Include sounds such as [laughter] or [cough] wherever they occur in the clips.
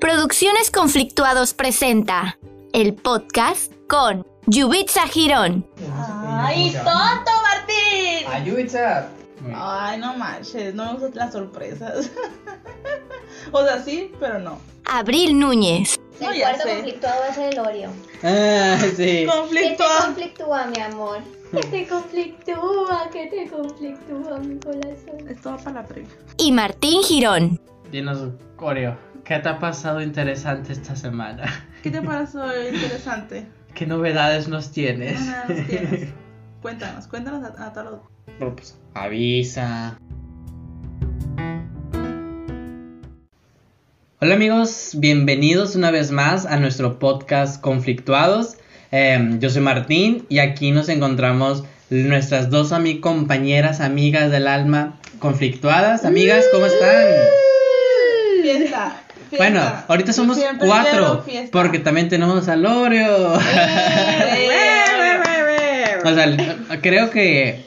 Producciones Conflictuados presenta el podcast con Yubitsa Girón. ¡Ay, tonto, Martín! Ayúdense. Ay, no manches, no me gustan las sorpresas. [laughs] o sea, sí, pero no. Abril Núñez. No, El ya cuarto sé. conflictuado va a ser el Oreo. Ah, sí. ¿Qué te Conflictuado. conflictúa, mi amor? ¿Qué te conflictúa? ¿Qué te conflictúa, mi corazón? Esto va para la previa. y Martín Girón. Dinos, Coreo, ¿qué te ha pasado interesante esta semana? [laughs] ¿Qué te parece interesante? ¿Qué novedades nos tienes? Nada más [laughs] tienes. Cuéntanos, cuéntanos a, a todos. Bueno, pues, avisa. Hola amigos, bienvenidos una vez más a nuestro podcast Conflictuados. Em, yo soy Martín y aquí nos encontramos nuestras dos ami- compañeras, amigas del alma, conflictuadas. Amigas, ¿cómo están? Fiesta. fiesta. Bueno, ahorita somos Siempre quiero cuatro, fiesta. [laughs] porque también tenemos al [laughs] Oreo. [laughs] O sea, l- creo que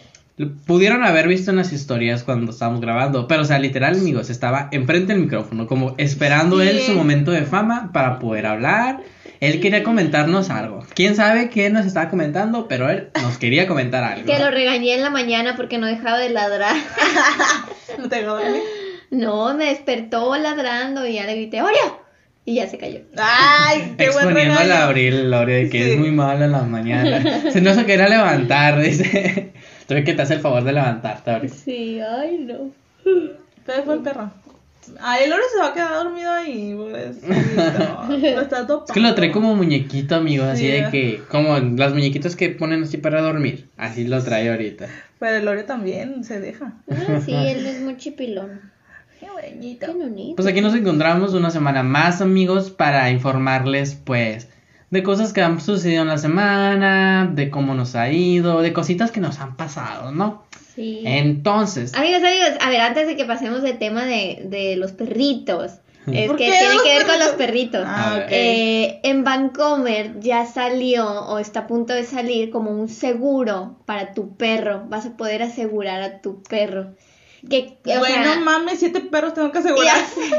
pudieron haber visto en las historias cuando estábamos grabando, pero o sea, literal, amigos, estaba enfrente del micrófono, como esperando él su momento de fama para poder hablar. Él quería comentarnos algo. Quién sabe qué nos estaba comentando, pero él nos quería [laughs] comentar algo. Que lo regañé en la mañana porque no dejaba de ladrar. [laughs] ¿No te dejó dormir? No, me despertó ladrando y ya le grité, ¡Oreo! Y ya se cayó. Ay, qué buen Exponiendo al regaño. Abril, Lore, de que Sí. es muy mala en [laughs] las mañanas. Se no se quería levantar, dice. [laughs] Entonces que te hace el favor de levantarte, Abril. Sí, ay, no. Entonces fue el perro. Ay, el Oreo se va a quedar dormido ahí, pues. Lo está dopando. Es que lo trae como muñequito, amigo, así Sí, de ¿verdad? que, como las muñequitos que ponen así para dormir, así lo trae ahorita. Pero el Oreo también se deja. Ah, sí, él es muy chipilón. Qué buenito. Qué nonito. Pues aquí nos encontramos una semana más, amigos, para informarles, pues, de cosas que han sucedido en la semana, de cómo nos ha ido, de cositas que nos han pasado, ¿no? Sí. Entonces, Amigos, amigos, a ver, antes de que pasemos el tema de, de los perritos, es ¿Por que qué tiene los que ver con los perritos? perritos. Ah, A ok. Eh, en Vancomer ya salió o está a punto de salir como un seguro para tu perro. Vas a poder asegurar a tu perro. Que, que, o bueno, [laughs] sea, mames, siete perros tengo que asegurar. ya sé.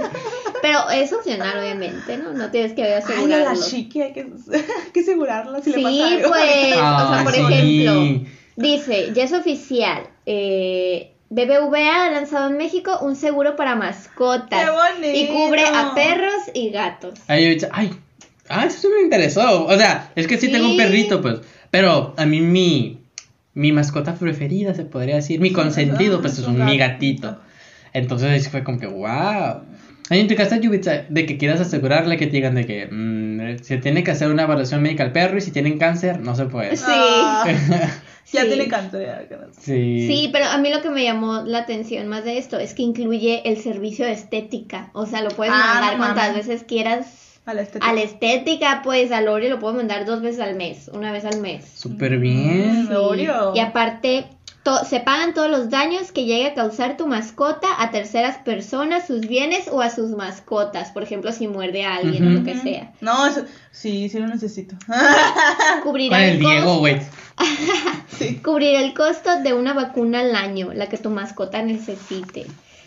pero es opcional, obviamente, ¿no? No tienes que Ay, a la asegurarlo. Sí, chiqui hay que, [laughs] hay que asegurarla si le pasa algo. pues, o sea, por Ay, sí. ejemplo, dice, ya es oficial, eh, BBVA ha lanzado en México un seguro para mascotas ¡Qué y cubre a bonito! perros y gatos. ahí yo he dicho, ay, ah, eso sí me interesó. O sea, es que sí, tengo un Sí. perrito, pues, pero a mí mi, mi mascota preferida, se podría decir, mi consentido, pues, es un mi gatito. Entonces fue como que, wow. Ahí en tu casa, Yubitsa, de que quieras asegurarle que te digan de que mm, se tiene que hacer una evaluación médica al perro y si tienen cáncer, no se puede. Sí. [laughs] Ah, ya Sí. tiene cáncer. ya, que no sé. Sí. Sí, pero a mí lo que me llamó la atención más de esto es que incluye el servicio de estética. O sea, lo puedes Ah, mandar no cuantas mames. veces quieras A la estética. a la estética, pues al Oreo lo puedo mandar dos veces al mes, una vez al mes. Súper bien. Mm, Oreo. Y aparte, to- se pagan todos los daños que llegue a causar tu mascota a terceras personas, sus bienes o a sus mascotas. Por ejemplo, si muerde a alguien o lo que Ujú. sea. No, eso, sí, sí lo necesito. [laughs] Con Cubrirá el el, cos- Diego, güey. sí. Cubrirá el costo de una vacuna al año, la que tu mascota necesite.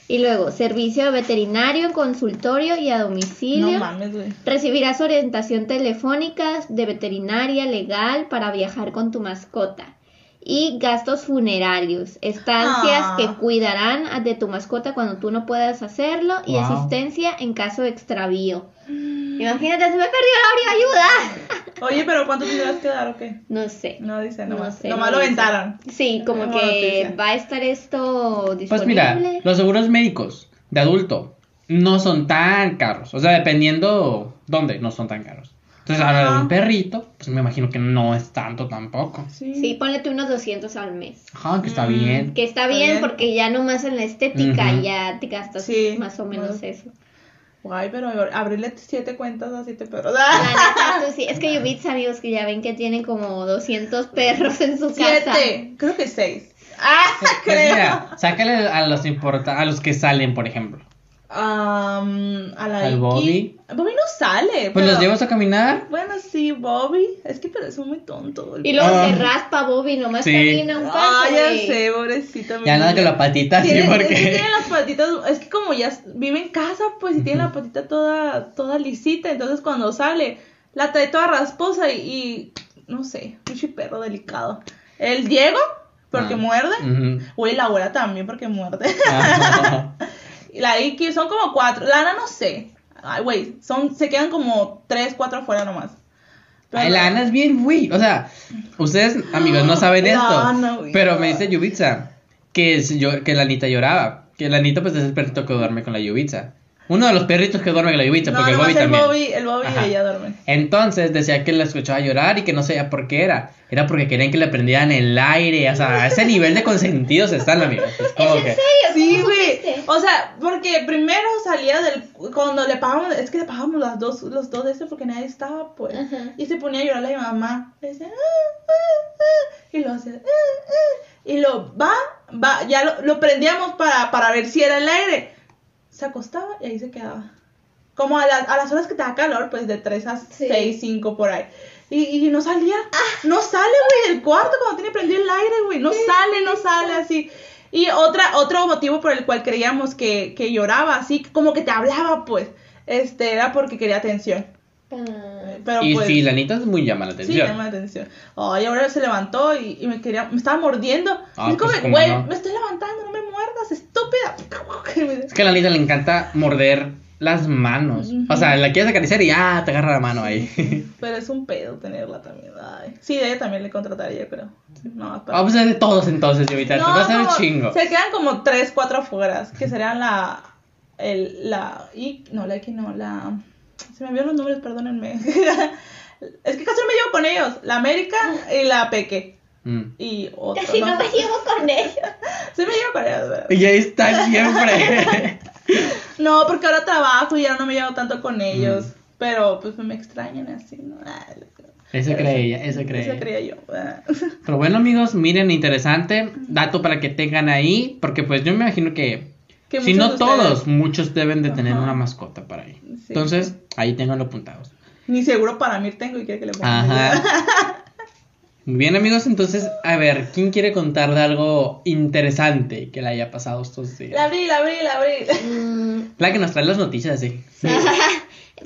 Y luego, servicio veterinario, consultorio y a domicilio. No mames, güey. Recibirás orientación telefónica de veterinaria legal para viajar con tu mascota. Y gastos funerarios, estancias Ah. que cuidarán a- de tu mascota cuando tú no puedas hacerlo y Wow. asistencia en caso de extravío. Mm. Imagínate, se me perdió el Oreo, ayuda. Oye, pero ¿cuánto tendrás que dar o qué? No sé. No dice, No nomás. sé, nomás no lo dice. aventaron. Sí, como Buena que noticia. va a estar esto disponible. Pues mira, los seguros médicos de adulto no son tan caros. O sea, dependiendo dónde, no son tan caros. Entonces, ahora de Ajá. un perrito, pues me imagino que no es tanto tampoco. Sí. Sí, ponle tú unos 200 al mes. Ajá, que está Mm, bien. Que está Está bien, bien. porque ya nomás en la estética Ujú. ya te gastas Sí, más o bueno. menos eso. Guay, pero abrirle siete cuentas a siete perros. ¡Ah! La neta, tú sí. Es que yo vi amigos que ya ven que tienen como 200 perros en su casa. Siete. Creo que seis. Ah, [laughs] Pues creo. mira, sácale a los importa a los que salen, por ejemplo. am, a la Al Iki. Bobby. Bobby no sale. Pues los pero- llevas a caminar. Bueno, sí, Bobby. Es que pero es muy tonto. Y luego Ah. se raspa Bobby, nomás Sí. camina un paso. Ah, ya y- sé, pobrecita. mi Ya nada niña. que la patita así Tiene- es que porque. [laughs] tiene las patitas, es que como ya vive en casa, pues, y tiene la patita toda, toda lisita, entonces cuando sale, la trae toda rasposa y, y, no sé, un perro delicado. El Diego, porque Ah. muerde, Ujú. güey, la abuela también porque muerde. Ah, [laughs] Y la Iki, son como cuatro, Lana no sé, ay, güey, son, se quedan como tres, cuatro afuera nomás. Ay, la Ana es bien, güey. O sea, ustedes, amigos, no saben La esto. Ana, güey. pero me dice Yubitsa que, es- yo- que la Anita lloraba. Que la Anita, pues, es el perrito que duerme con la Yubitsa. Uno de los perritos que duerme con la Yubitsa, no, porque el nomás Bobby el también. Bobby, el Bobby Ajá. y ella duermen. Entonces decía que la escuchaba llorar y que no sabía por qué era. Era porque querían que le prendieran el aire. O sea, [laughs] a ese nivel de consentidos están, amigos. Es ¿Es como en que. serio? Sí, ¿Cómo güey. supiste? O sea, porque primero salía del. Cuando le pagamos. Es que le pagamos las dos, los dos de ese porque nadie estaba, pues. Ajá. Y se ponía a llorarle a mi mamá. Le decía. "Ah, ah, ah", Y lo hacía. "Ah, ah", Y lo va, va. Ya lo, lo prendíamos para, para ver si era el aire. Se acostaba y ahí se quedaba. Como a, las- a las horas que te da calor, pues de 3 a Sí. 6, 5 por ahí. Y, y no salía. No sale, güey, del cuarto cuando tiene prendido el aire, güey. No sale, no sale así. Y otra, otro motivo por el cual creíamos que, que lloraba así, como que te hablaba, pues, este, era porque quería atención. Ah. Pero Y pues, sí, la Anita es muy llama la sí, atención. llama la atención. Ay, ahora se levantó y, y me quería, me estaba mordiendo. Ah, es como, pues, que, ¿cómo güey, no? me estoy levantando, no me muerdas, estúpida. [laughs] Es que a la Anita le encanta morder las manos. O sea, la quieres acariciar y ya te agarra la mano ahí. Pero es un pedo tenerla también. Ay. Sí, de ella también le contrataría, pero no, para... Vamos a hacer de todos entonces, Yubitsa. Ah, pues, te vas a hacer un como- chingo. Se quedan como tres, cuatro afueras, que serían la. El, la. Y, no, la que no, la. Se me vieron los nombres, perdónenme. [laughs] es que casi no me llevo con ellos. La América y la Peque. Mm. Y otra. Casi no no me sé. llevo con ella. Sí me llevo con ellos, ¿verdad? Y ahí está siempre. No, porque ahora trabajo y ya no me llevo tanto con Mm. ellos. Pero pues me extrañan así, ¿no? Ay, [laughs] eso cree ella, eso cree. Eso ella. creía yo. ¿verdad? [laughs] Pero bueno, amigos, miren, interesante. Dato para que tengan ahí. Porque pues yo me imagino que. Que si no muchos de ustedes- todos, muchos deben de tener Ajá. una mascota para ahí. Sí. Entonces, ahí tenganlo apuntados. Ni seguro para mí tengo y quiere que le ponga. [laughs] Ajá. Muy bien, amigos, entonces, a ver, ¿quién quiere contar de algo interesante que le haya pasado estos días? La abrí, la abrí, la abrí. Mm, La que nos trae las noticias, sí. [laughs]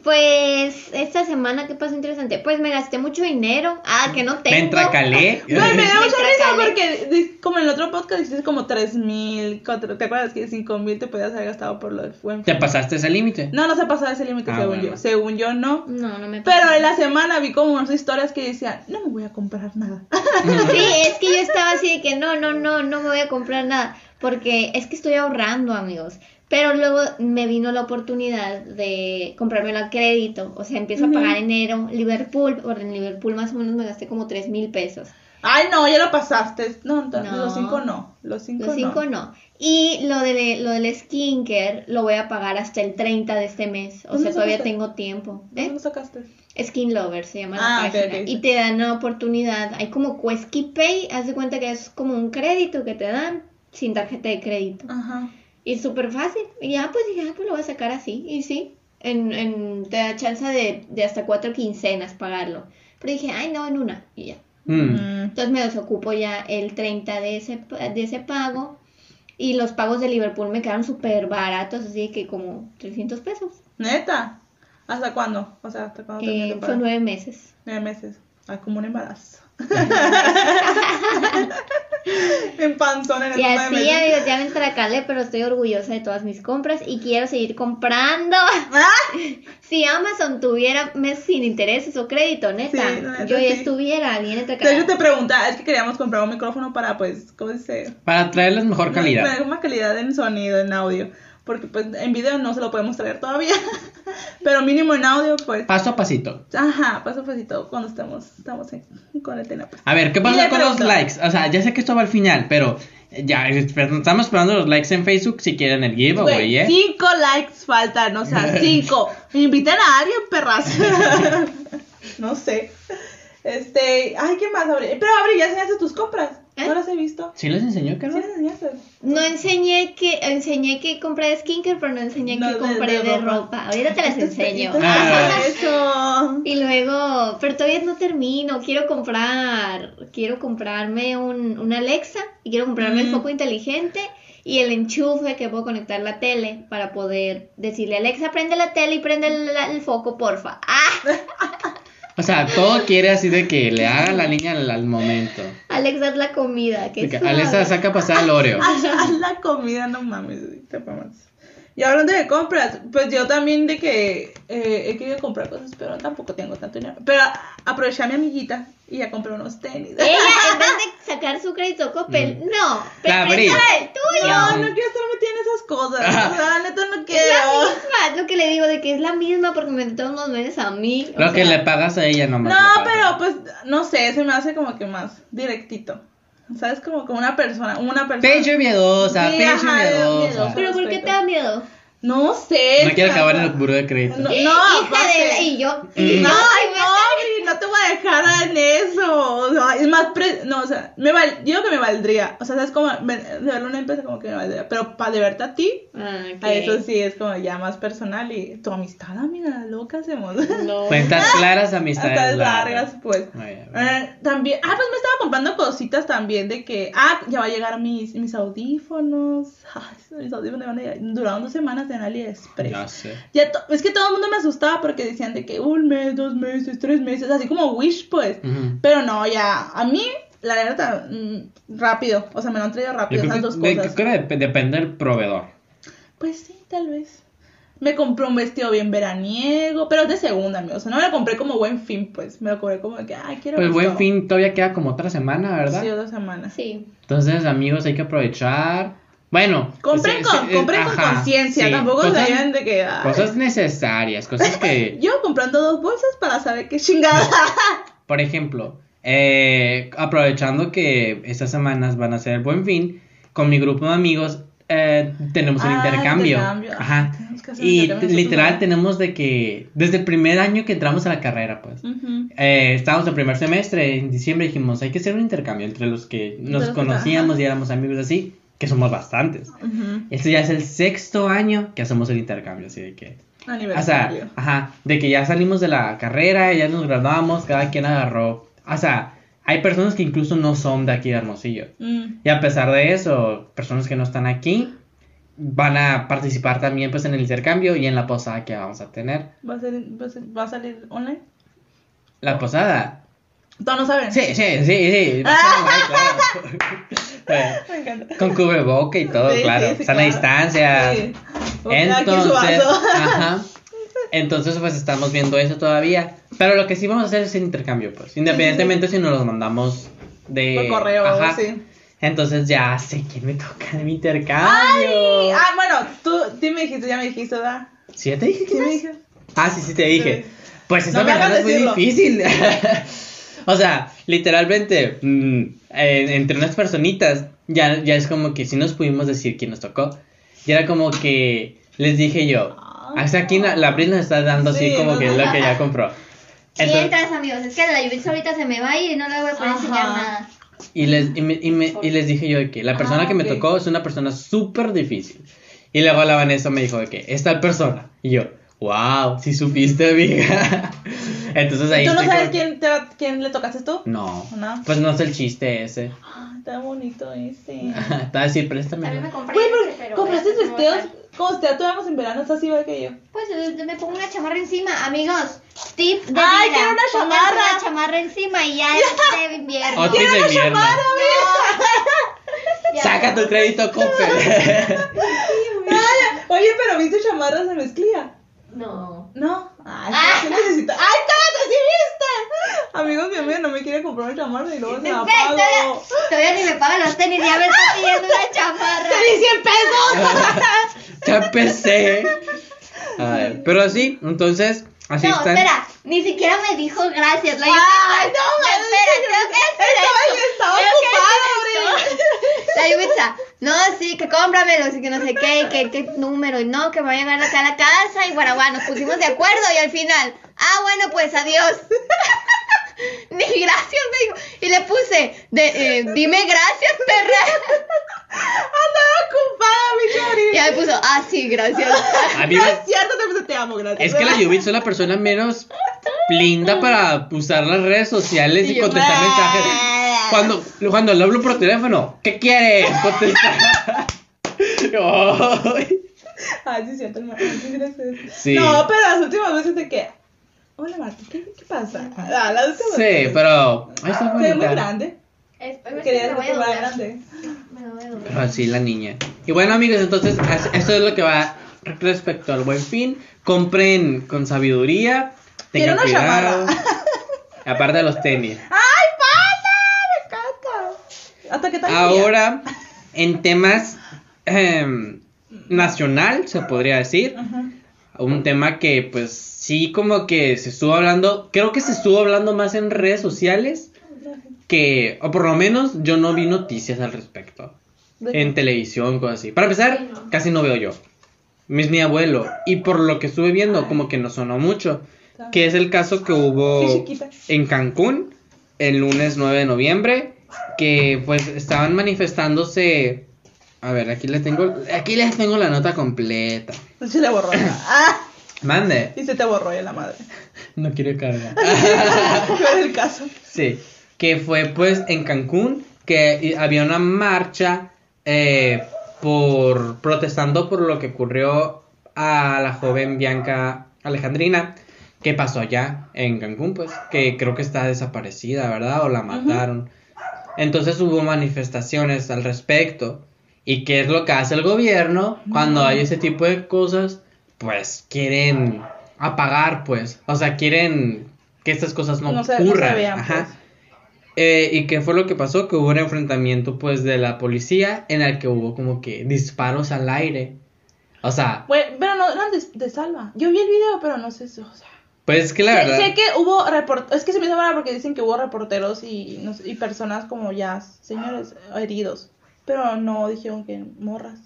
Pues esta semana, ¿qué pasó interesante? Pues me gasté mucho dinero. Ah, que no tengo. Me [laughs] entracalé. Güey, me da Me mucha risa tracalé. porque di- como en el otro podcast dijiste como 3000, cuatro- ¿te acuerdas que 5000 te podías haber gastado por lo del buen [laughs] Te pasaste ese límite. No, no se ha pasado ese límite Ah, según bueno. yo, según yo no. No, no me pasó. Pero en la semana vi como unas historias que decían, no me voy a comprar nada. [laughs] Sí, es que yo estaba así de que no, no, no, no me voy a comprar nada. Porque es que estoy ahorrando, amigos. Pero luego me vino la oportunidad de comprármelo a crédito. O sea, empiezo a pagar enero. Liverpool, por en Liverpool más o menos me gasté como 3 mil pesos. Ay, no, ya lo pasaste. No, entonces, No. los 5 no, los 5 no. Los 5 no. Y lo, de, lo del skincare lo voy a pagar hasta el 30 de este mes. O ¿Dónde sea, todavía sacaste? tengo tiempo. ¿Dónde ¿Eh? lo sacaste? Skin Lover se llama Ah, la ok, página. ok. Y te dan la oportunidad. Hay como Quesky Pay. Haz de cuenta que es como un crédito que te dan sin tarjeta de crédito. Ajá. Y es súper fácil. Y ya, pues dije, ah, pues lo voy a sacar así. Y sí, en, en, te da chance de, de hasta cuatro quincenas pagarlo. Pero dije, ay, no, en una. Y ya. Mm. Mm. Entonces me desocupo ya el 30 de ese, pa- de ese pago. Y los pagos de Liverpool me quedaron súper baratos, así que como 300 pesos. Neta. ¿Hasta cuándo? O sea, ¿hasta cuándo Eh, tenías que son pagar? nueve meses. Nueve meses. Ah, como un [laughs] embarazo. en panzón en Y esos nueve así, meses. amigos, ya me entracalé, pero estoy orgullosa de todas mis compras y quiero seguir comprando. ¿Ah? [laughs] Si Amazon tuviera mes sin intereses o crédito, neta, Sí, neta, yo ya sí. estuviera bien entracalada. Entonces yo te preguntaba, es que queríamos comprar un micrófono para, pues, ¿cómo dice? Para traerles mejor calidad. Para más calidad en sonido, en audio. Porque, pues, en video no se lo podemos traer todavía. [laughs] Pero mínimo en audio, pues. Paso a pasito. Ajá, paso a pasito cuando estemos, estamos en cuarentena. Pues. A ver, ¿qué Y pasa le con los pregunto. likes? O sea, ya sé que esto va al final, pero ya estamos esperando los likes en Facebook si quieren el giveaway, Güey, ¿eh? Cinco likes faltan, o sea, cinco. Invitan a alguien, perras. no sé. Este, ay, ¿qué más, Abril? Pero, Abril, ya se haces tus compras. ¿Eh? No las he visto. ¿Sí les enseñó, ¿Sí Carol? las enseñaste? No enseñé que enseñé que compré de skincare, pero no enseñé No, que de- compré de de, ropa. ropa. Ahorita [laughs] te las enseño. Ah. Eso. Y luego, pero todavía no termino, quiero comprar, quiero comprarme un, una Alexa y quiero comprarme el Mm. foco inteligente y el enchufe que puedo conectar la tele para poder decirle Alexa, prende la tele y prende el, el foco, porfa. ¡Ah! [laughs] O sea, todo quiere así de que le haga la niña al, al momento. Alexa es la comida, que De que suave. Alexa saca pasar al Oreo. Haz haz la comida, no mames. te mamas. Y hablando de compras, pues yo también de que eh, he querido comprar cosas, pero tampoco tengo tanto dinero. Pero aproveché a mi amiguita y ya compré unos tenis. Ella, en vez de sacar su crédito Coppel, no, Mm. La presta abrí. el tuyo. No, no quiero estar metida en esas cosas. O sea, neta, no Es quiero. la misma, es lo que le digo de que es la misma porque me todos los meses a mí. o Lo que sea, le pagas a ella nomás. No, le pero pagas. pues, no sé, se me hace como que más directito. ¿Sabes? Como que una persona, una persona. Pecho miedosa, Sí, pecho ajá, miedosa. miedosa. Pero ¿por qué te da miedo? No sé. No quiere chava. acabar en el buró de crédito. No, Hija aparte- de la- y yo. Ay, y yo, no, ay, güey. Viri, no te voy a dejar en eso. O sea, es más, pre- no, o sea, me val- yo que me valdría. O sea, ¿sabes cómo? Me- De verlo una empresa como que me valdría. Pero para de verte a ti, Ah, ok. a eso sí es como ya más personal y tu amistad, amiga, loca hacemos. No. Cuentas claras, amistades Hasta largas. largas, pues. Muy bien, muy bien. Eh, también, ah, pues me estaba comprando cositas también de que, ah, ya va a llegar mis, mis audífonos. Ay, mis audífonos van a llegar. Duraron dos semanas en AliExpress. Ya sé. Ya to- es que todo el mundo me asustaba porque decían de que un mes, dos meses, tres meses, así como Wish, pues. Ujú. Pero no, ya, a mí, la verdad, mm, rápido. O sea, me lo han traído Yo rápido, creo esas que, dos de- cosas. creo que dep- depende del proveedor. Pues sí, tal vez. Me compré un vestido bien veraniego, pero es de segunda, amigo. O sea, no me lo compré como buen fin, pues. Me lo compré como que, ay, quiero Pues esto. buen fin todavía queda como otra semana, ¿verdad? Sí, dos semanas. Sí. Entonces, amigos, hay que aprovechar. Bueno, Compren se- con, se- compren con eh, ajá, conciencia, sí. tampoco se cosas, vayan de que. ay. cosas necesarias, [laughs] cosas que, Yo comprando dos bolsas para saber qué chingada. [laughs] por ejemplo, eh, aprovechando que estas semanas van a ser el buen fin, con mi grupo de amigos eh, tenemos un Ah, intercambio. intercambio. Ajá. Tenemos que hacer un Y intercambio, literal nosotros tenemos de que, desde el primer año que entramos a la carrera, pues. Ujú. Eh, estábamos en primer semestre, en diciembre dijimos, hay que hacer un intercambio entre los que nos Los que- conocíamos ajá. y éramos amigos así, que somos bastantes. Ujú. Este ya es el sexto año que hacemos el intercambio, así de que... O sea, Aniversario. ajá, de que ya salimos de la carrera, ya nos graduamos, cada quien agarró... O sea, hay personas que incluso no son de aquí de Hermosillo. Mm. Y a pesar de eso, personas que no están aquí van a participar también pues en el intercambio y en la posada que vamos a tener. ¿Va, a ser, va, a ser- va a salir online? La posada Todos no saben. Sí, sí, [laughs] sí, sí. va a ser muy claro. [laughs] Eh, Me encanta. Con cubreboca y todo, Sí, claro. sí, sí, sana claro. distancia. Sí. O cada quien su Entonces, vaso. [laughs] [laughs] ajá. Entonces, pues estamos viendo eso todavía. Pero lo que sí vamos a hacer es el intercambio, pues. Independientemente si nos los mandamos de. Por correo, eh, ajá. sí. Entonces ya sé quién me toca de mi Ay, intercambio. ah, bueno, tú, sí me dijiste, ya me dijiste, ¿verdad? ¿Sí ya te dije Sí quién me es? dijiste. Ah, sí, sí te dije. Pues esa No me verdad hagas es muy decirlo. difícil. [laughs] o sea, literalmente, mm, eh, entre unas personitas, ya, ya es como que sí nos pudimos decir quién nos tocó. Y era como que les dije yo, hasta aquí la, la Brit nos está dando así Ah. Sí, como nos- que es lo que [laughs] ya compró. Entonces, Mientras, amigos, es que la lluvia ahorita se me va a ir y no le voy a poder Ajá. enseñar nada. y, les, y, me- y me- y les dije yo de que la persona Ah, que me ok. tocó es una persona súper difícil. Y luego la Vanessa me dijo de que es tal persona. Y yo, wow, si supiste, amiga. [laughs] Entonces ahí ¿Tú no estoy sabes como- quién, te, quién le tocaste tú? No. ¿No? Pues no es el [laughs] chiste ese. Ay, está bonito ese. Estaba así, préstame. También me compré. Güey, este, pero compraste este se me va a vestidos. estar- Como si ya tuviéramos en verano, estás igual que yo. Pues eh, me pongo una chamarra encima, amigos. Tip de Ay, vida. quiero una pónganse chamarra. una chamarra encima y ya [laughs] es de invierno. Otis de mierda. Ya. Saca tu [laughs] crédito, Coppel. [laughs] Ay, oye, pero viste chamarras de mezclilla. No. No. Ay, Ah. ¿qué [laughs] necesita? ¡Ay, cállate, sí viste! Amigos, mi amiga no me quiere comprar una chamarra y luego se Güey, la Todavía, pago. [laughs] todavía ni me pagan los tenis, ya me está [laughs] pidiendo una chamarra. ¡Te di 100 pesos! [laughs] ya empecé. Ay, pero sí, entonces, así no, están. espera, ni siquiera me dijo gracias. La ¡Ay, no, no, madre! espera, creo que es Estaba, esto. este estaba Creo ocupada, que es Bri. esto. La Yubitsa, no, sí, que cómpramelos y que no sé qué, y que qué número, y no, que me va a llegar acá a la casa, y bueno, bueno, nos pusimos de acuerdo y al final, ah, bueno, pues adiós. [laughs] Ni gracias, me dijo. Y le puse, de, eh, dime gracias, perra. [laughs] ocupada, mi Y Yuri. ahí puso, ah, sí, gracias. A mí No me- es cierto, te puse, te amo, gracias. Ah, Es que la Yubitsu es la persona menos linda para usar las redes sociales Sí, y yo- contestar mensajes. Cuando, cuando le hablo por teléfono, ¿qué quieres? Contestar. [laughs] Ay. Ah, sí, es cierto, no, gracias. Sí. No, pero las últimas veces de que. Hola, Marta, ¿qué, qué pasa? Ah, las últimas Sí, veces. pero. Ahí está Se ve muy bonita. grande. Quería Quería decir que era grande. Ah, sí, la niña. Y bueno, amigos, entonces, as- esto es lo que va respecto al buen fin. Compren con sabiduría. Quiero Tengan una [laughs] cuidado. chamarra. Aparte de los tenis. ¡Ay, pasa! ¡Me encanta! ¿Hasta qué tal? Ahora, en temas em, nacional, se podría decir, Ajá. un tema que pues sí como que se estuvo hablando, creo que se estuvo hablando más en redes sociales que, o por lo menos yo no vi noticias al respecto, en televisión, cosas así. Para empezar, casi no veo yo, mis ni abuelo, y por lo que estuve viendo como que no sonó mucho, que es el caso que Sí, hubo chiquita. en Cancún el lunes 9 de noviembre, que pues estaban manifestándose... A ver, aquí les tengo, aquí les tengo la nota completa. No Pues se le borró. [laughs] ¡Ah! Mande. Y se te borró ya la madre. [laughs] No quiero cargar. Peor el caso. sí, que fue pues en Cancún, que i- había una marcha eh, por protestando por lo que ocurrió a la joven Bianca Alejandrina, que pasó allá en Cancún, pues, que creo que está desaparecida, ¿verdad? O la mataron. Entonces hubo manifestaciones al respecto. ¿Y qué es lo que hace el gobierno cuando hay ese tipo de cosas? Pues quieren apagar, pues. O sea, quieren que estas cosas no, No se- no se ocurran. vean, Ajá. pues. Eh, ¿Y qué fue lo que pasó? Que hubo un enfrentamiento, pues, de la policía en el que hubo como que disparos al aire. O sea, Bueno, pero no eran de, de salva. Yo vi el video, pero no sé si. O sea, pues es que la sé, verdad... sé que hubo reporteros. Es que se me hizo mal porque dicen que hubo reporteros y, no sé, y personas como ya, señores, heridos. Pero no dijeron que morras.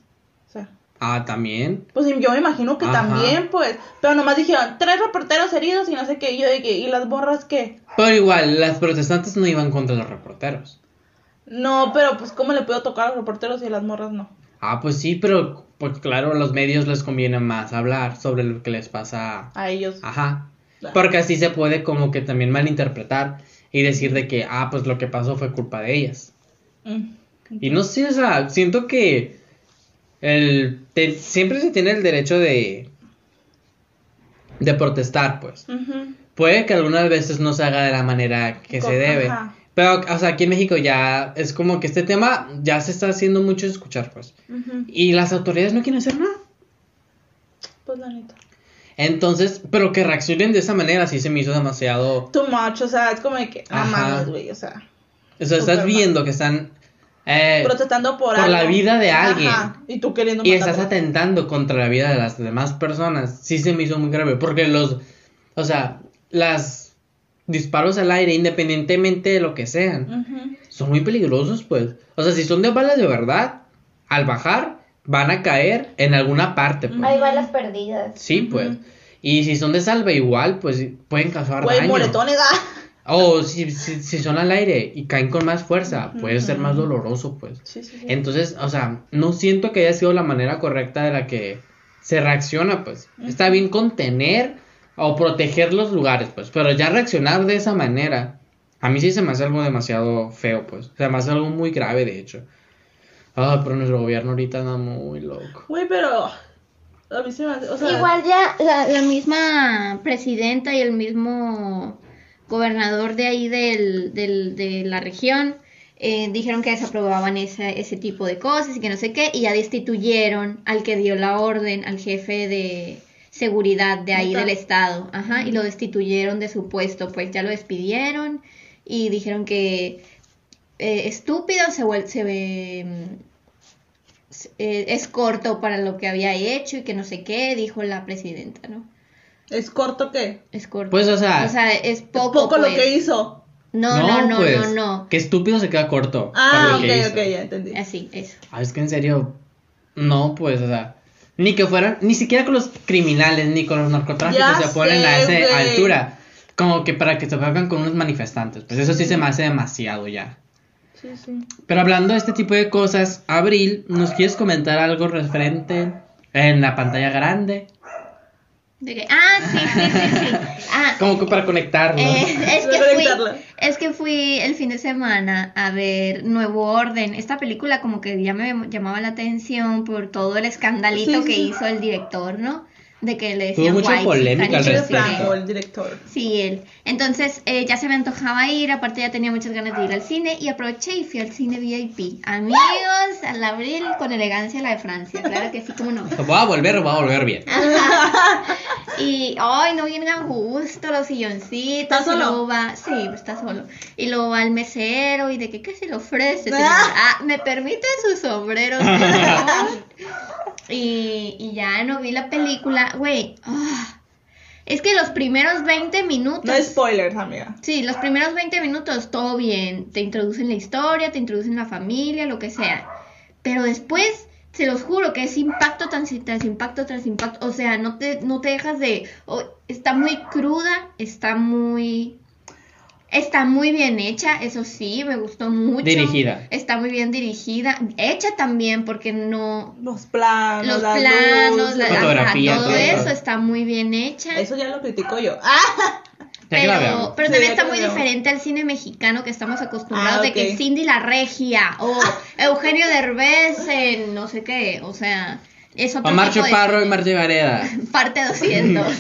O sea. Ah, también. Pues yo me imagino que Ajá. también, pues. Pero nomás dijeron tres reporteros heridos y no sé qué. Y yo de que, ¿y las borras qué? Pero igual, las protestantes no iban contra los reporteros. No, pero pues, ¿cómo le puedo tocar a los reporteros y a las morras no? Ah, pues sí, pero pues claro, a los medios les conviene más hablar sobre lo que les pasa. A ellos. Ajá. Porque así se puede como que también malinterpretar y decir de que, ah, pues lo que pasó fue culpa de ellas. Mm. Y no sé, o sea, siento que el te- siempre se tiene el derecho de de protestar, pues. Ujú. Puede que algunas veces no se haga de la manera que se Ajá. debe. Pero, o sea, aquí en México ya es como que este tema ya se está haciendo mucho escuchar, pues. Ujú. Y las autoridades no quieren hacer nada. Pues la neta. Entonces, pero que reaccionen de esa manera sí se me hizo demasiado. Too much, o sea, es como de que, no Ajá. mames, güey, o sea. O sea, Súper estás mal. viendo que están eh, Protestando por, por algo. la vida de alguien. Ajá. Y tú queriendo y matarlo. estás atentando contra la vida de las demás personas. Sí se me hizo muy grave porque los, o sea, las disparos al aire, independientemente de lo que sean, Ujú. son muy peligrosos, pues. O sea, si son de balas de verdad, al bajar van a caer en alguna parte, pues. Hay balas perdidas. Sí, pues. Y si son de salva igual, pues pueden causar Güey, daño. moletones, ah. [laughs] O si, si, si son al aire y caen con más fuerza, puede ser más doloroso, pues. Sí, sí, sí. Entonces, o sea, no siento que haya sido la manera correcta de la que se reacciona, pues. Está bien contener o proteger los lugares, pues, pero ya reaccionar de esa manera, a mí sí se me hace algo demasiado feo, pues. Se me hace algo muy grave, de hecho. Ah, pero nuestro gobierno ahorita anda muy loco. Güey, pero. A mí se me hace- O sea, Igual ya la, la misma presidenta y el mismo gobernador de ahí del, del- de la región eh, dijeron que desaprobaban ese, ese tipo de cosas y que no sé qué, y ya destituyeron al que dio la orden, al jefe de seguridad de ahí Neta. del estado, ajá, y lo destituyeron de su puesto, pues ya lo despidieron y dijeron que eh, estúpido se, vuel- se ve... mm, eh, es corto para lo que había hecho y que no sé qué, dijo la presidenta, ¿no? ¿es corto qué? Es corto. Pues, o sea, O sea, es poco. Poco lo pues. que hizo. No, no, no, pues, no, no. Qué estúpido se queda corto. Ah, para ok, lo que hizo. ok, ya entendí. Así, eso. Ah, es que en serio, no, pues, o sea, ni que fueran, ni siquiera con los criminales, ni con los narcotraficantes Ya se ponen a sé, esa güey. altura. Como que para que se pongan con unos manifestantes. Pues eso sí se me hace demasiado ya. Sí, sí. Pero hablando de este tipo de cosas, Abril, ¿nos quieres comentar algo referente en la pantalla grande? De que- ah, sí, sí, [laughs] sí, sí. Ah, Como que para conectarnos. Eh, es, Voy que a conectarla. fui, es que fui el fin de semana a ver Nuevo Orden. Esta película como que ya me llamaba la atención por todo el escandalito Sí, sí, que sí. hizo el director, ¿no? De que le Tuvo decían mucha white polémica chican y al que no Chile sé respecto. qué. Franco, el director. este Sí, él. Entonces eh, ya se me antojaba ir, aparte ya tenía muchas ganas de ir al cine y aproveché y fui al cine VIP. Amigos, al abril con elegancia la de Francia, claro que sí, como no. Voy a volver, voy a volver bien. Ah, Y, ay, no vienen a gusto los silloncitos. ¿Está y solo? luego va, sí, está solo. Y luego va al mesero y de que, ¿qué se le ofrece? Ah. señor? Ah, ¿me permite sus sombreros? por favor? y, y ya no vi la película, güey. ah. Es que los primeros 20 minutos... No spoilers, amiga. Sí, los primeros 20 minutos todo bien, te introducen la historia, te introducen la familia, lo que sea. Pero después, se los juro que es impacto tras, tras impacto tras impacto, o sea, no te, no te dejas de... o- está muy cruda, está muy... Está muy bien hecha, eso sí, me gustó mucho. Dirigida. Está muy bien dirigida, hecha también porque Ah, no... Los planos, Los la planos, luz, la, la- fotografía, todo todo. eso está muy bien hecha. Eso ya lo critico yo. ¡Ah! [laughs] Ya que la Pero, veamos. pero Sí, también ya está que muy la veamos. diferente al cine mexicano que estamos acostumbrados Ah, de ok. Ah. que Cindy la Regia o Eugenio Derbez en no sé qué, o sea, es otro Omar tipo de Chaparro y Marge Gareda. parte 200. [laughs]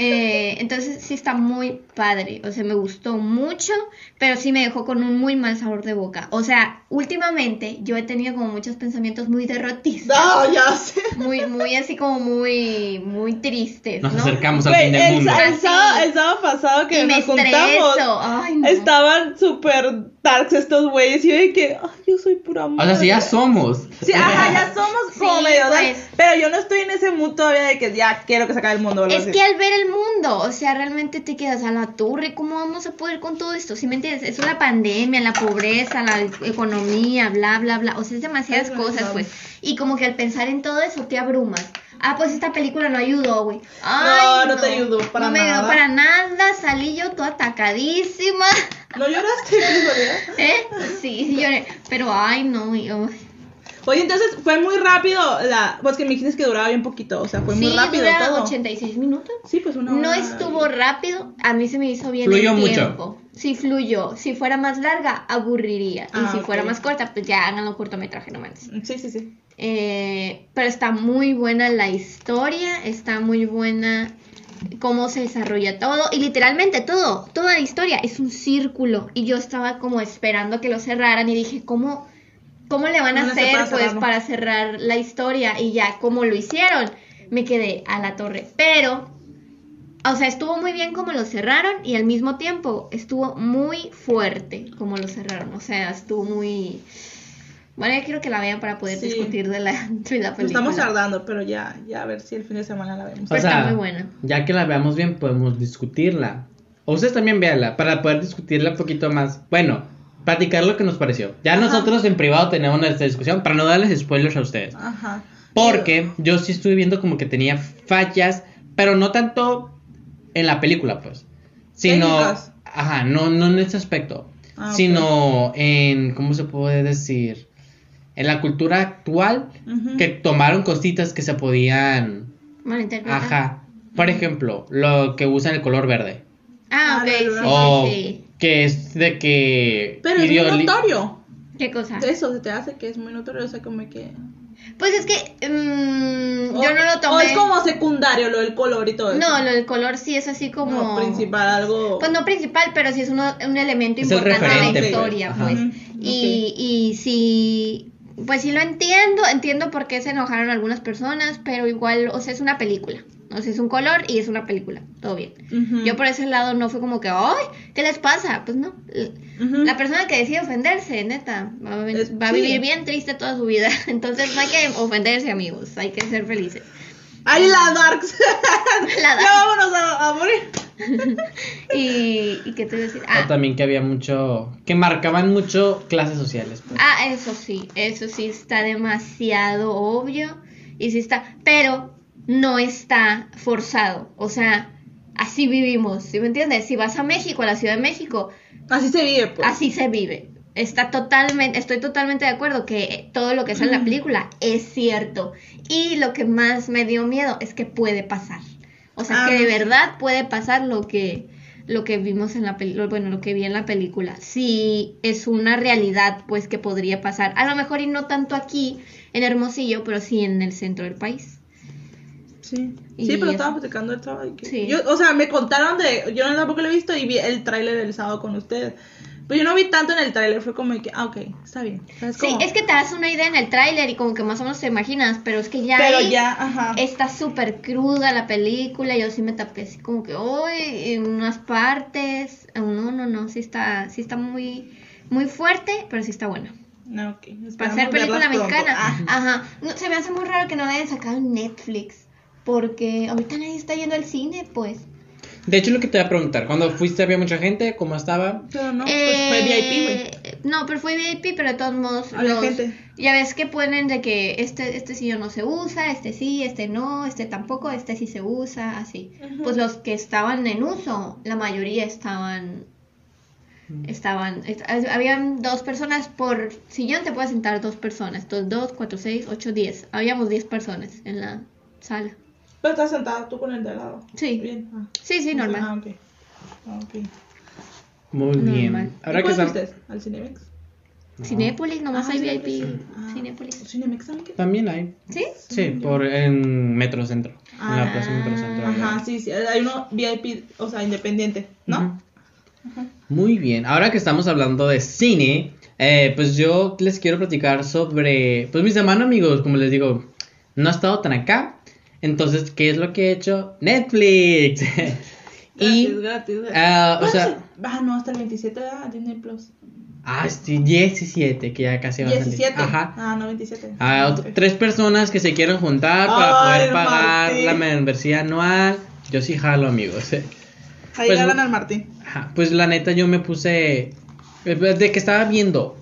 Eh, entonces sí está muy padre, o sea, me gustó mucho, pero sí me dejó con un muy mal sabor de boca. O sea, últimamente yo he tenido como muchos pensamientos muy derrotistas, No, ya sé. muy muy así como muy muy tristes, Nos ¿no? acercamos al Güey, fin del el, mundo. sa- el Ah, sí. sábado, el sábado pasado que Y me nos juntamos, estreso. Ay, no. estaban súper darks estos güeyes. Y yo de que, ay, yo soy pura O amor. sea, si ya somos. Sí, ajá, ya somos como Sí, medio darks, pues. Pero yo no estoy en ese mood todavía de que ya quiero que se acabe el mundo. o algo Es así. que al ver el mundo, o sea, realmente te quedas a la torre, ¿cómo vamos a poder con todo esto? Si me entiendes, es la pandemia, la pobreza, la e-, economía, bla, bla, bla, o sea, es demasiadas Ay, bueno, cosas, vamos. pues. Y como que al pensar en todo eso te abrumas. Ah, pues esta película no ayudó, güey. Ay, no te ayudó para No me ayudó nada. para nada, salí yo toda atacadísima. [laughs] ¿No lloraste, Cristina? ¿Eh? Sí, sí lloré, pero ay, no, y, oh. Oye, entonces fue muy rápido la. Pues que me dijiste que duraba bien poquito. O sea, fue muy Sí, rápido dura todo. 86 minutos. Sí, pues una No hora. estuvo rápido, a mí se me hizo bien Fluyó el mucho. tiempo. Sí fluyó. Si fuera más larga, aburriría. Ah, y si ok. fuera más corta, pues ya háganlo cortometraje nomás. Sí, sí, sí. Eh, pero está muy buena la historia, está muy buena cómo se desarrolla todo. Y literalmente todo, toda la historia es un círculo. Y yo estaba como esperando que lo cerraran y dije, ¿cómo, cómo le van a No sé hacer para pues cerrarlo. para cerrar la historia? Y ya, como lo hicieron, me quedé a la torre. Pero o sea, estuvo muy bien como lo cerraron y al mismo tiempo estuvo muy fuerte como lo cerraron. O sea, estuvo muy... Bueno, ya quiero que la vean para poder Sí. discutir de la, [laughs] de la película. Estamos tardando, pero ya, ya a ver si el fin de semana la vemos. Pero O sea, está muy buena. Ya que la veamos bien, podemos discutirla. O ustedes también véanla, para poder discutirla un poquito más. Bueno, platicar lo que nos pareció. Ya nosotros en privado tenemos nuestra discusión, para no darles spoilers a ustedes. Ajá. Porque yo sí estuve viendo como que tenía fallas, pero no tanto en la película, pues. Sino. Técnicas. Ajá, no, no en ese aspecto. Ah, ok. sino en. ¿Cómo se puede decir? En la cultura actual, Ujú. que tomaron cositas que se podían. Malinterpretada. Ajá. Por ejemplo, lo que usan el color verde. Ah, Ah, ok, del sí, o sí. que es de que. Pero es ideoli- muy notorio. ¿Qué cosa? Eso se te hace que es muy notorio, o sea, como que. Pues es que mm, O- yo no lo tomé. O oh, es como secundario lo del color y todo eso. No, lo del color sí es así como... No, principal, algo. Pues no principal, pero sí es uno- un elemento Es el importante de la referente, historia, pues. pues. Ajá. Y, y sí, pues sí lo entiendo, entiendo por qué se enojaron algunas personas, pero igual, o sea, es una película. O sea, es un color y es una película, todo bien. Ujú. Yo por ese lado no fue como que, ¡ay! ¿Qué les pasa? Pues no. Ujú. La persona que decide ofenderse, neta, va a, vi- Es- va a sí. vivir bien triste toda su vida. [laughs] Entonces no hay que ofenderse, amigos, hay que ser [laughs] felices. ¡Ay, las darks! [laughs] La ya da- vámonos a, a morir. y, y qué te voy a decir. O Ah, también que había mucho. Que marcaban mucho clases sociales. pues. Ah, eso sí, eso sí está demasiado obvio y sí está, pero no está forzado, o sea, así vivimos, ¿sí me entiendes? Si vas a México, a la Ciudad de México, Así se vive, pues. así se vive. Está totalmente, estoy totalmente de acuerdo que todo lo que sale Mm. en la película es cierto. Y lo que más me dio miedo es que puede pasar. O sea, Ah, que de no, sí. verdad puede pasar lo que lo que vimos en la película, bueno, lo que vi en la película. Sí es una realidad pues que podría pasar. A lo mejor y no tanto aquí en Hermosillo, pero sí en el centro del país. Sí, Y sí pero eso. estaba platicando el sábado. y que- Sí. Yo, o sea, me contaron de. Yo no tampoco lo he visto y vi el tráiler el sábado con ustedes. Pero yo no vi tanto en el tráiler, fue como de que, ah, ok, está bien. ¿Sabes Sí, cómo? es que te das una idea en el tráiler y como que más o menos te imaginas, pero es que ya Pero ahí- ya, ajá. Está súper cruda la película, yo sí me tapé así como que hoy en unas partes. Eh, No, no, no, sí está, sí está muy, muy fuerte, pero sí está buena. No, ok. Para esperamos ser película verlas pronto. mexicana. Ah, Ajá. No, se me hace muy raro que no la hayan sacado en Netflix. Porque ahorita nadie está yendo al cine, pues. De hecho, lo que te voy a preguntar, cuando fuiste había mucha gente, ¿cómo estaba? pero no, Eh, pues fue VIP, güey. No, pero fue VIP, pero de todos modos. Había los- gente. Ya ves que ponen de que este, este sillón no se usa, este sí, este no, este tampoco, este sí se usa, así. Ajá. Pues los que estaban en uso, la mayoría estaban. Estaban. est- habían dos personas por sillón, te puedes sentar dos personas. Dos, dos, cuatro, seis, ocho, diez. Habíamos diez personas en la sala. Pero estás sentada tú con el de al lado. Sí. Bien. Ah, Sí, sí, Ah, normal. ok. Ah, ok. Muy bien. Normal. Ahora ¿Y que cuál estamos- fuiste? ¿Al Cinemex? Cinépolis, nomás Ah, hay Cinépolis. VIP. Ah, Cinépolis. ¿Cinemex también? qué? También hay. ¿Sí? Sí, por en Metrocentro. en Ah. la plaza Metrocentro. Ajá, sí, sí. Hay uno VIP, o sea, independiente, ¿no? Muy bien, ahora que estamos hablando de cine, eh, pues yo les quiero platicar sobre, pues mis hermanos amigos, como les digo, no ha estado tan acá, entonces, ¿qué es lo que he hecho? Netflix. y, Gratis, gratis, gratis. ah, o sea, Ah, no, hasta el 27 de Disney Plus. ah, estoy 17, que ya casi va a salir. 17. Ajá. Ah, no, 27. a Ah, ot- ok. tres personas que se quieren juntar para Ay, poder pagar Martín. la membresía anual. Yo sí jalo, amigos. [laughs] Ahí pues- ganan al Martín. Ajá, Pues la neta yo me puse eh, de que estaba viendo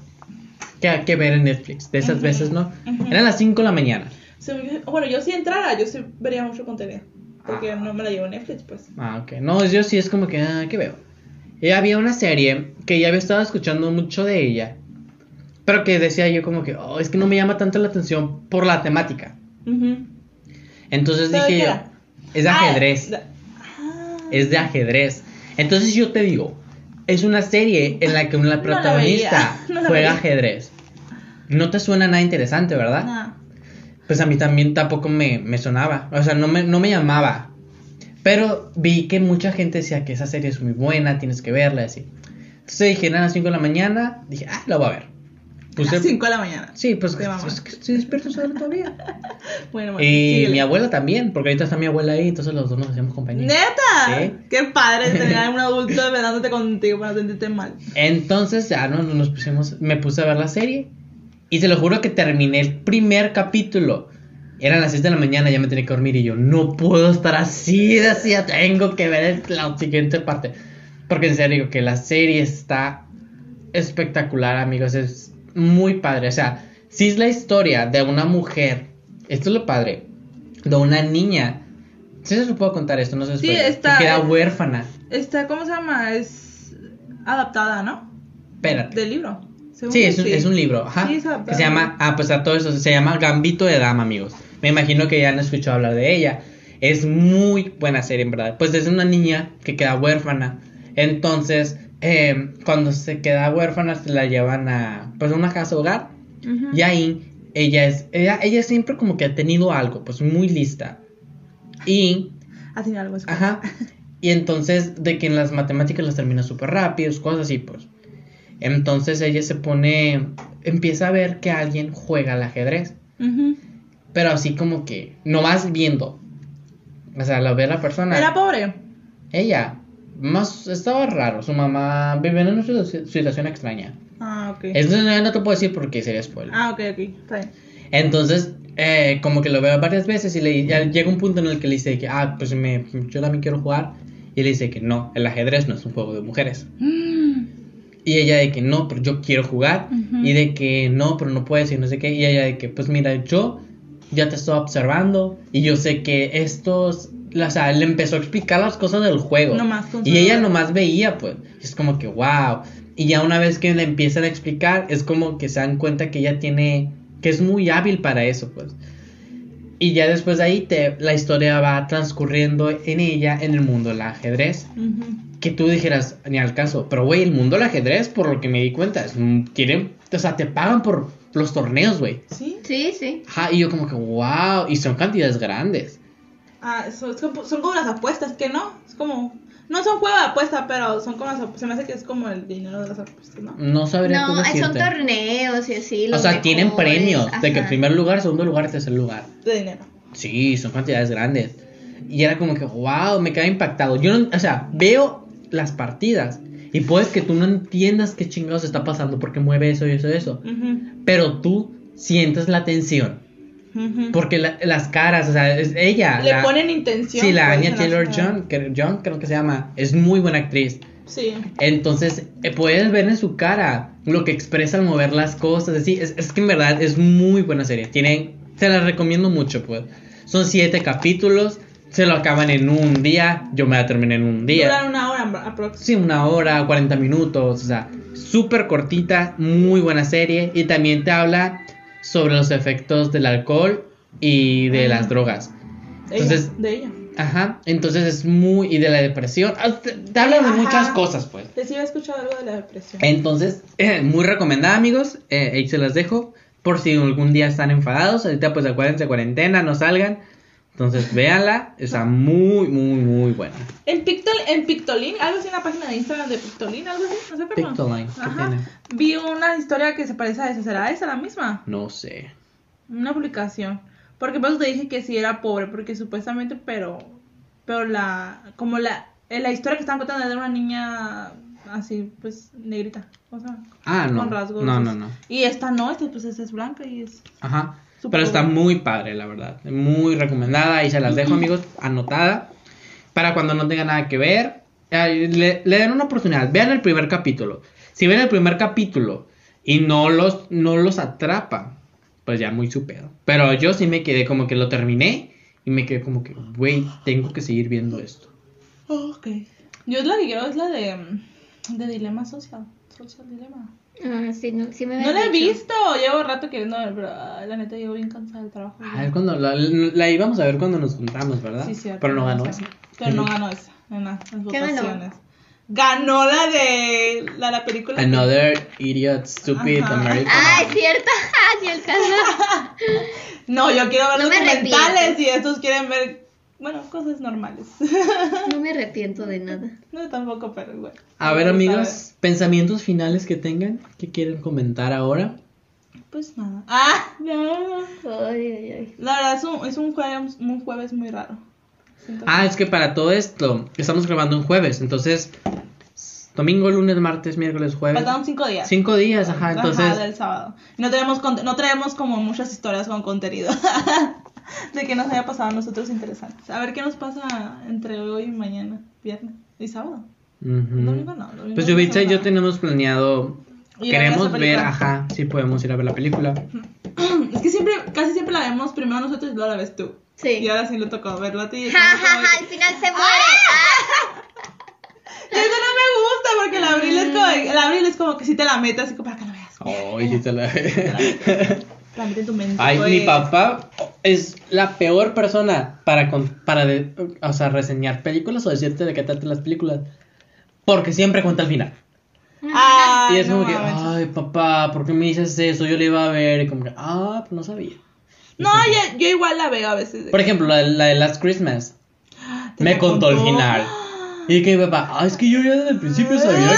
que, que ver en Netflix, de esas Ujú, veces, ¿no? ujú. Eran las 5 de la mañana. Se me- Bueno, yo si entrara, yo sí vería mucho contenido. Porque Ah. no me la llevo Netflix, pues. Ah, ok. No, yo sí es como que, ah, ¿qué veo? Y había una serie que ya había estado escuchando mucho de ella, pero que decía yo como que, oh, es que no me llama tanto la atención por la temática. Ujú. Entonces ¿Pero de dije qué yo, era? es de Ah, ajedrez. da- Ah. es de ajedrez. Entonces yo te digo, es una serie en la [laughs] que No la una protagonista veía, [laughs] no la juega veía. ajedrez. No te suena nada interesante, ¿verdad? Nah. Pues a mí también tampoco me, me sonaba, o sea, no me, no me llamaba. Pero vi que mucha gente decía que esa serie es muy buena, tienes que verla, y así. Entonces dije, "Nada, a las 5 de la mañana, dije, ah, la voy a ver. A Puse- las 5 de la mañana. Sí, pues Te mamá. es que estoy despierto solo todavía. [laughs] Bueno, Martín, Y síguele. Eh, mi abuela también, porque ahorita está mi abuela ahí, entonces los dos nos hacíamos compañía. ¡Neta! Sí. Qué padre tener a un adulto esperándote contigo para sentirte mal. Entonces ya no nos pusimos, me puse a ver la serie y te lo juro que terminé el primer capítulo. Eran las 6 de la mañana, ya me tenía que dormir y yo no puedo estar así, así, ya tengo que ver el- la siguiente parte. Porque en serio que la serie está espectacular, amigos, es muy padre. O sea, si es la historia de una mujer, esto es lo padre, de una niña. Si se lo puedo contar esto, no se Sí, spoiler, está- que queda huérfana. Esta, ¿cómo se llama? Es adaptada, ¿no? Espérate. Del libro. Según Sí, yo, es un, es un libro, ajá. Sí, es adaptado. que se llama, ah, pues a todo eso, se llama Gambito de Dama, amigos. Me imagino que ya han escuchado hablar de ella. Es muy buena serie, en verdad. Pues es una niña que queda huérfana. Entonces, eh, cuando se queda huérfana, se la llevan a, pues, a una casa hogar. Ujú. Y ahí, ella es, ella, ella siempre como que ha tenido algo, pues muy lista. Y Ha tenido Ah, algo en su- Ajá. Y entonces, de que en las matemáticas las termina súper rápido, cosas así, pues. Entonces ella se pone. Empieza a ver que alguien juega al ajedrez. Ujú. Pero así como que no vas viendo. O sea, la ve la persona. Era pobre. Ella. Más estaba raro. Su mamá vive en una situ- situación extraña. Ah, ok. Entonces no, no te puedo decir porque sería spoiler. Ah, ok, ok. Está bien. Entonces, eh, como que lo veo varias veces y le ya llega un punto en el que le dice que, ah, pues me, yo también quiero jugar. Y le dice que no, el ajedrez no es un juego de mujeres. Y ella de que no, pero yo quiero jugar. Ujú. Y de que no, pero no puedes y no sé qué. Y ella de que, pues mira, yo ya te estoy observando y yo sé que estos la- o sea, le empezó a explicar las cosas del juego. Nomás con y su- ella nomás veía, pues. Es como que, wow. Y ya una vez que le empiezan a explicar, es como que se dan cuenta que ella tiene, que es muy hábil para eso, pues. Y ya después de ahí te, la historia va transcurriendo en ella, en el mundo del ajedrez. Ujú. Que tú dijeras, ni al caso, pero güey, el mundo del ajedrez, por lo que me di cuenta, es, un- tienen, o sea, te pagan por los torneos, güey. Sí. Sí, sí. Ajá, y yo como que, wow, y son cantidades grandes. Ah, son, son- son como las apuestas, que no? Es como. No son juego de apuesta, pero son como las apuestas. Se me hace que es como el dinero de las apuestas, ¿no? No eh, sabría No, cómo son decirte. torneos y así. O los sea, tienen mejores, premios de que ajá. primer lugar, segundo lugar, tercer lugar. De dinero. Sí, son cantidades grandes. Y era como que, wow, me quedé impactado. Yo no, o sea, veo las partidas y puedes que tú no entiendas qué chingados está pasando porque mueve eso y eso y eso. Ujú, Pero tú sientes la tensión. ujú. Porque la- las caras, o sea, es ella. Le la- ponen intención. Sí, la pues, Anya en las- Taylor John, John, creo que se llama, es muy buena actriz. Sí. Entonces, eh, puedes ver en su cara lo que expresa al mover las cosas. Así, es, es que en verdad es muy buena serie. Tienen, se la recomiendo mucho, pues. Son siete capítulos, se lo acaban en un día. Yo me la terminé en un día. Duran una hora aproximadamente. Sí, una hora, 40 minutos, o sea, súper cortita, muy buena serie. Y también te habla sobre los efectos del alcohol y de las drogas. Entonces- de ella. Ajá, entonces es muy. y de la depresión. Ah, Te, te habla de Ajá. muchas cosas, pues. Les iba a escuchar algo de la depresión. Entonces, eh, muy recomendada, amigos. Eh, ahí se las dejo. Por si algún día están enfadados. Ahorita, pues acuérdense, de cuarentena, no salgan. Entonces, véanla. Está muy, muy, muy buena. En, Pictol, en Pictolin, algo así en la página de Instagram de Pictolin, algo así, no sé, pero. Pictoline, ¿qué Ajá. tiene? Vi una historia que se parece a esa, ¿será esa la misma? No sé. Una publicación. Porque pues te dije que sí era pobre, porque supuestamente, pero. Pero la. Como la. eh, La historia que están contando es de una niña así, pues, negrita. O sea, Ah, no. con rasgos. No, es- no, no. Y esta no, esta pues esta es blanca y es. Ajá. Súper Pero está buena. muy padre, la verdad. Muy recomendada. Ahí se las dejo, amigos. Anotada. Para cuando no tenga nada que ver. eh, Le, le den una oportunidad. Vean el primer capítulo. Si ven el primer capítulo y no los, no los atrapa, pues ya muy su pedo. Pero yo sí me quedé como que lo terminé. Y me quedé como que, güey, tengo que seguir viendo esto. Oh, ok. Yo la que quiero es la de. mm, De dilema social. Social dilema. Ah, sí, no, sí me No la he habían dicho. visto, llevo rato queriendo ver, pero ay, la neta llevo bien cansada del trabajo. A ver cuando la, la íbamos a ver cuando nos juntamos, Ah, ¿verdad? Sí, cierto. Pero no ganó o esa. sea, Pero no ganó esa, en la- las ¿Qué ganó? votaciones. Ganó la de la, la película. Ah, que- Another idiot, stupid Ajá. American. Ah, es cierto. [laughs] Sí, el caso. No, yo quiero ver No me documentales arrepiento. y estos quieren ver, bueno, cosas normales. [laughs] No me arrepiento de nada. no tampoco, pero bueno. A ver, Vamos amigos, pensamientos finales que tengan, que quieren comentar ahora. ver. Pues nada. Ah, no. Ay, ay, ay. La verdad es un, es un jueves, un jueves muy raro. Siento- Ah, es que para todo esto estamos grabando un jueves, entonces s- domingo, lunes, martes, miércoles, jueves. Faltaron cinco días. Cinco días, ajá, Ajá, entonces del sábado. No tenemos, con- no traemos como muchas historias con contenido [laughs] de que nos haya pasado a nosotros interesantes. A ver qué nos pasa entre hoy y mañana, viernes y sábado. ujú. Domingo no, domingo Pues no Yubitsa y hacemos yo nada. tenemos planeado, Ir a ver queremos esa ver, película. ajá, si podemos ir a ver la película. [clears throat] Es que siempre, casi siempre la vemos primero nosotros y luego la ves tú. Y Sí. ahora sí le tocó verla a ti. Ja, ja, ja, al final se muere. Ah, Eso no me gusta porque la abril es Mm. como, el abril es como que si te la metas así como para que la veas. Ay, sí te la- La mete en tu mente. Ay, pues. mi papá es la peor persona para, con- para de- o sea, reseñar películas o decirte de qué tratan las películas. Porque siempre cuenta al final. Ay, y es no como que, mames. ay, papá, ¿por qué me dices eso? Yo le iba a ver. Y como que, ah, pues no sabía. No, yo, yo igual la veo a veces. de Por ejemplo, la, la de Last Christmas. Ah, Te Me la contó el contó. final. Y que mi papá, ah, es que yo ya desde el principio sabía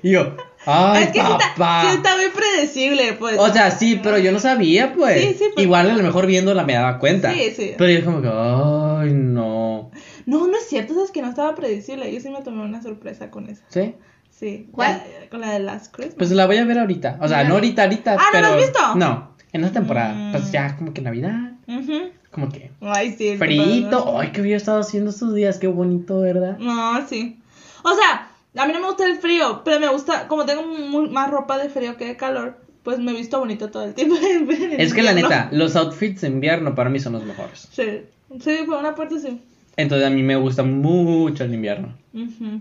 que. Y yo, ay, es que sí está, papá. sí está muy predecible, pues. O sea, sí, pero yo no sabía, pues. Sí, sí, pues. Igual a lo mejor viéndola me daba cuenta. Sí, sí. Pero yo como que, ay, no. no, no es cierto, sabes que no estaba predecible. Yo sí me tomé una sorpresa con esa. ¿Sí? Sí. ¿Cuál? La- eh, con la de Last Christmas. Pues la voy a ver ahorita. O sea, no ahorita, ahorita. Ah, ¿no pero... la has visto? No, en esta temporada. Mm. Pues ya, como que Navidad. Ujú. Como que. Ay, sí. es que Frito. padre, Ay, qué había estado haciendo estos días. Qué bonito, ¿verdad? ¿no? No, sí. O sea, a mí no me gusta el frío, pero me gusta, como tengo muy- más ropa de frío que de calor, pues me he visto bonito todo el tiempo. [laughs] en el Es que la invierno. neta, los outfits de invierno para mí son los mejores. Sí, sí, por una parte sí. Entonces a mí me gusta mucho el invierno. Ujú.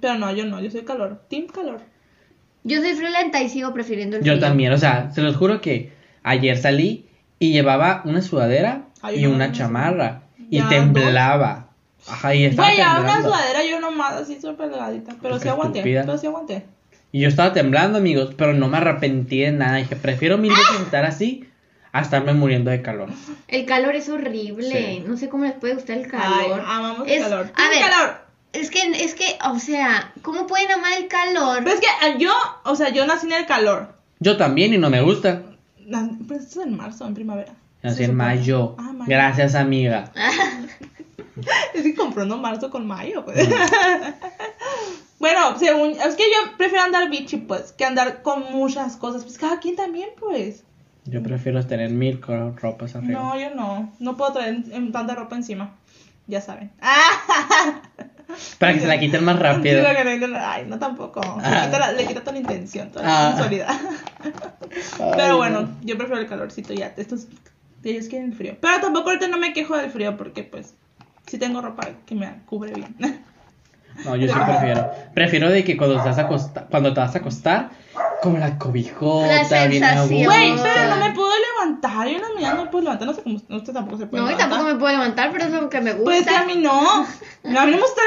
Pero no, yo no, yo soy calor. Team calor. Yo soy friolenta y sigo prefiriendo el Yo frío. también, o sea, se los juro que ayer salí y llevaba una sudadera Ay, y no, una no, no. chamarra y Ya, temblaba. Ajá, y estaba Güey, a una temblando. sudadera yo nomás así súper delgadita. Pero Qué sí aguanté, estúpida. pero sí aguanté. Y yo estaba temblando, amigos, pero no me arrepentí de nada. Dije, prefiero mil veces Ah. estar así a estarme muriendo de calor. El calor es horrible. Sí. No sé cómo les puede gustar el Ay, calor. amamos Es- el calor. A Team ver, calor. es que, es que, o sea, ¿cómo pueden amar el calor? Pero es que ah, yo, o sea, yo nací en el calor. Yo también y no me gusta. Na- Pero esto es en marzo, en primavera. Nací Se en supone. [laughs] mayo. Ah, mayo. Gracias, amiga. Es que comprando marzo con mayo, pues. Mm. [laughs] bueno, según, es que yo prefiero andar bichi, pues, que andar con muchas cosas. Pues cada quien también, pues. Yo prefiero tener mil co- ropas arriba. No, yo no. No puedo traer en- en tanta ropa encima. Ya saben. Para que se la quiten más rápido. Sí, lo que no- no- ay, no tampoco. Le quita, la- le quita toda la intención, toda Ah. la sensualidad. Pero Ay, bueno, yo prefiero el calorcito ya. Estos, ellos quieren el frío. Pero tampoco ahorita no me quejo del frío porque pues sí tengo ropa que me cubre bien. No, yo sí prefiero. Prefiero de que cuando, estás acosta- cuando te vas a acostar, como la cobijota, La bien a sensación. gusto. Güey, pero no me puedo levantar. Yo en la mañana no me puedo levantar. No sé cómo usted tampoco se puede No, y levantar. tampoco me puedo levantar, pero es lo que me gusta. Pues que a mí no. No, A mí no me gusta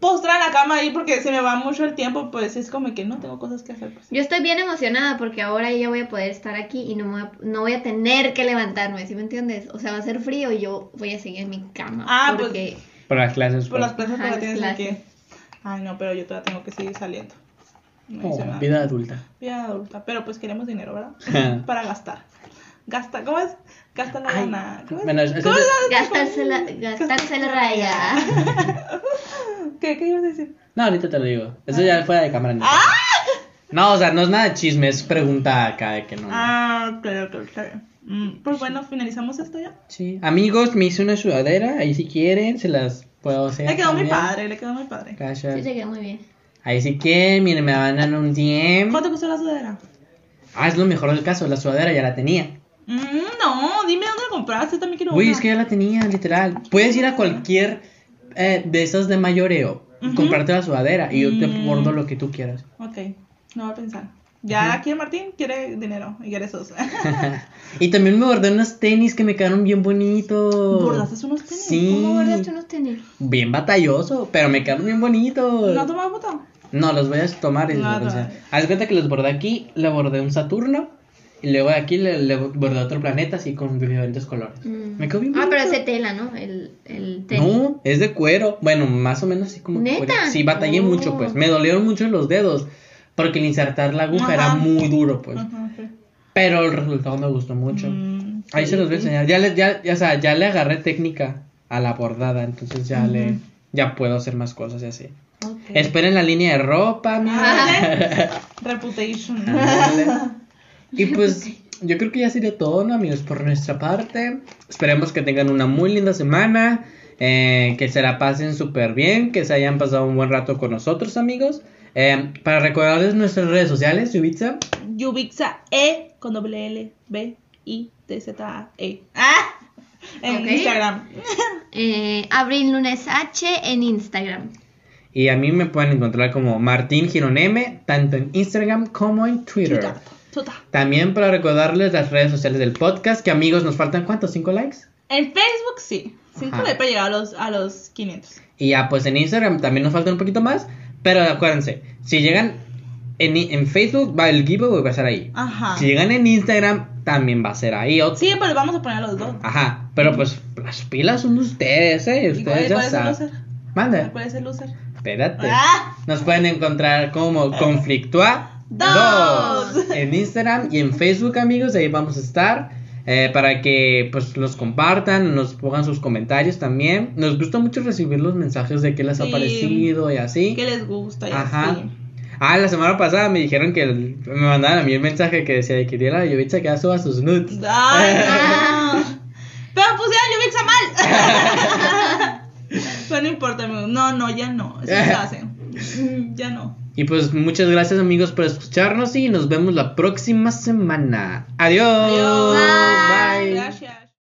postrar en la cama ahí porque se me va mucho el tiempo. Pues es como que no tengo cosas que hacer. Pues. Yo estoy bien emocionada porque ahora ya voy a poder estar aquí y no, me voy a- no voy a tener que levantarme, ¿sí me entiendes? O sea, va a ser frío y yo voy a seguir en mi cama. Ah, pues, porque Por las clases. Por pues. las plazas Ajá, que las tienes clases. aquí. Ay, no, pero yo todavía tengo que seguir saliendo. No hice Oh, nada. vida adulta. Vida adulta. Pero pues queremos dinero, [laughs] ¿verdad? Para gastar. Gasta, ¿cómo es? Gasta la Ay, gana. ¿Cómo es? bueno, entonces- ¿Cómo es? gastarse la, gastarse Pues, la raya. [laughs] ¿Qué, ¿Qué ibas a decir? No, ahorita te lo digo. Eso ya fuera de cámara. ¡Ah! no. No, o sea, no es nada de chisme, es pregunta acá de que no. Ah, claro, claro, está bien. Mm, Pues bueno, finalizamos esto ya. Sí. Amigos, me hice una sudadera, ahí si quieren, se las puedo hacer. Le quedó muy también. padre, le quedó muy padre. Gracias. Sí, te queda muy bien. Ahí si quieren, miren, me mandan un DM. ¿Cuánto costó la sudadera? Ah, es lo mejor del caso, la sudadera ya la tenía. Mm, no, dime dónde la compraste, también quiero Güey, una. es que ya la tenía, literal. Puedes ir a cualquier eh, de esas de mayoreo, comprarte la sudadera y yo te Mm. bordo lo que tú quieras. Ok, no va a pensar. Ya aquí el Martín quiere dinero y quiere [laughs] esos. y también me bordé unos tenis que me quedaron bien bonitos. ¿Bordaste unos tenis? Sí. ¿Cómo guardaste unos tenis? Bien batalloso, pero me quedaron bien bonitos. ¿No tomas foto? No, los voy a tomar y los No, voy a no. enseñar. Haz de cuenta que los bordé aquí, le bordé un Saturno y luego de aquí le, le bordé otro planeta así con diferentes colores. Mm. Me quedó bien Ah, pero bonito. ese tela, ¿no? El, el Este. tenis. No, es de cuero. Bueno, más o menos así como que ¿Neta? cuero. Sí, batallé Oh. mucho, pues. Me dolieron mucho los dedos. Porque el insertar la aguja era Ajá. muy duro, pues. Ajá, ok. Pero el resultado me gustó mucho. Mm, Ahí se los voy a sí. enseñar. Ya le, ya, ya, o sea, ya le agarré técnica a la bordada. Entonces ya le. Ya puedo hacer más cosas y así. Ok. Esperen la línea de ropa, mira. Ah, [laughs] Reputation. Ah. y pues yo creo que ya sería todo, ¿no, amigos? Por nuestra parte, esperemos que tengan una muy linda semana, eh, que se la pasen súper bien, que se hayan pasado un buen rato con nosotros, amigos. Eh, para recordarles nuestras redes sociales, Yubitsa. Yubixa E con doble L B I T Z A E. ¡Ah! En Ok. Instagram. Eh, Abril Lunes H en Instagram. Y a mí me pueden encontrar como Martín Gironeme, tanto en Instagram como en Twitter. Tuta, tuta. También para recordarles las redes sociales del podcast, que amigos, nos faltan cuántos, cinco likes. En Facebook sí. Sí, Ajá. para llegar a los, a los 500. Y ya, pues en Instagram también nos falta un poquito más. Pero acuérdense, si llegan en, en Facebook, va el giveaway va a estar ahí. Ajá. Si Sí. llegan en Instagram, también va a ser ahí. o- pero vamos a poner a los dos. Ajá, pero pues las pilas son de ustedes, ¿eh? ¿Y cuál- Ustedes ya cuál es el saben. loser? Manda, ¿Cuál es el loser? espérate. ¡Ah! Nos pueden encontrar como Conflictua Dos. 2 en Instagram y en Facebook, amigos. Ahí vamos a estar. eh, para que pues los compartan, nos pongan sus comentarios también. Nos gusta mucho recibir los mensajes de qué les ha Sí. parecido y así. ¿Qué les gusta? Y Ajá. así. Ah, la semana pasada me dijeron que el- me mandaban a mí un mensaje que decía de que Diana Yovicha que ya suba sus nudes. Ay, no. Pero pues, pusieron Yubixa mal. Pero no importa, amigos. No, no, ya no. Eso se hace. Mm, Ya no. Y pues muchas gracias amigos por escucharnos y nos vemos la próxima semana. Adiós. Adiós. Bye. Gracias.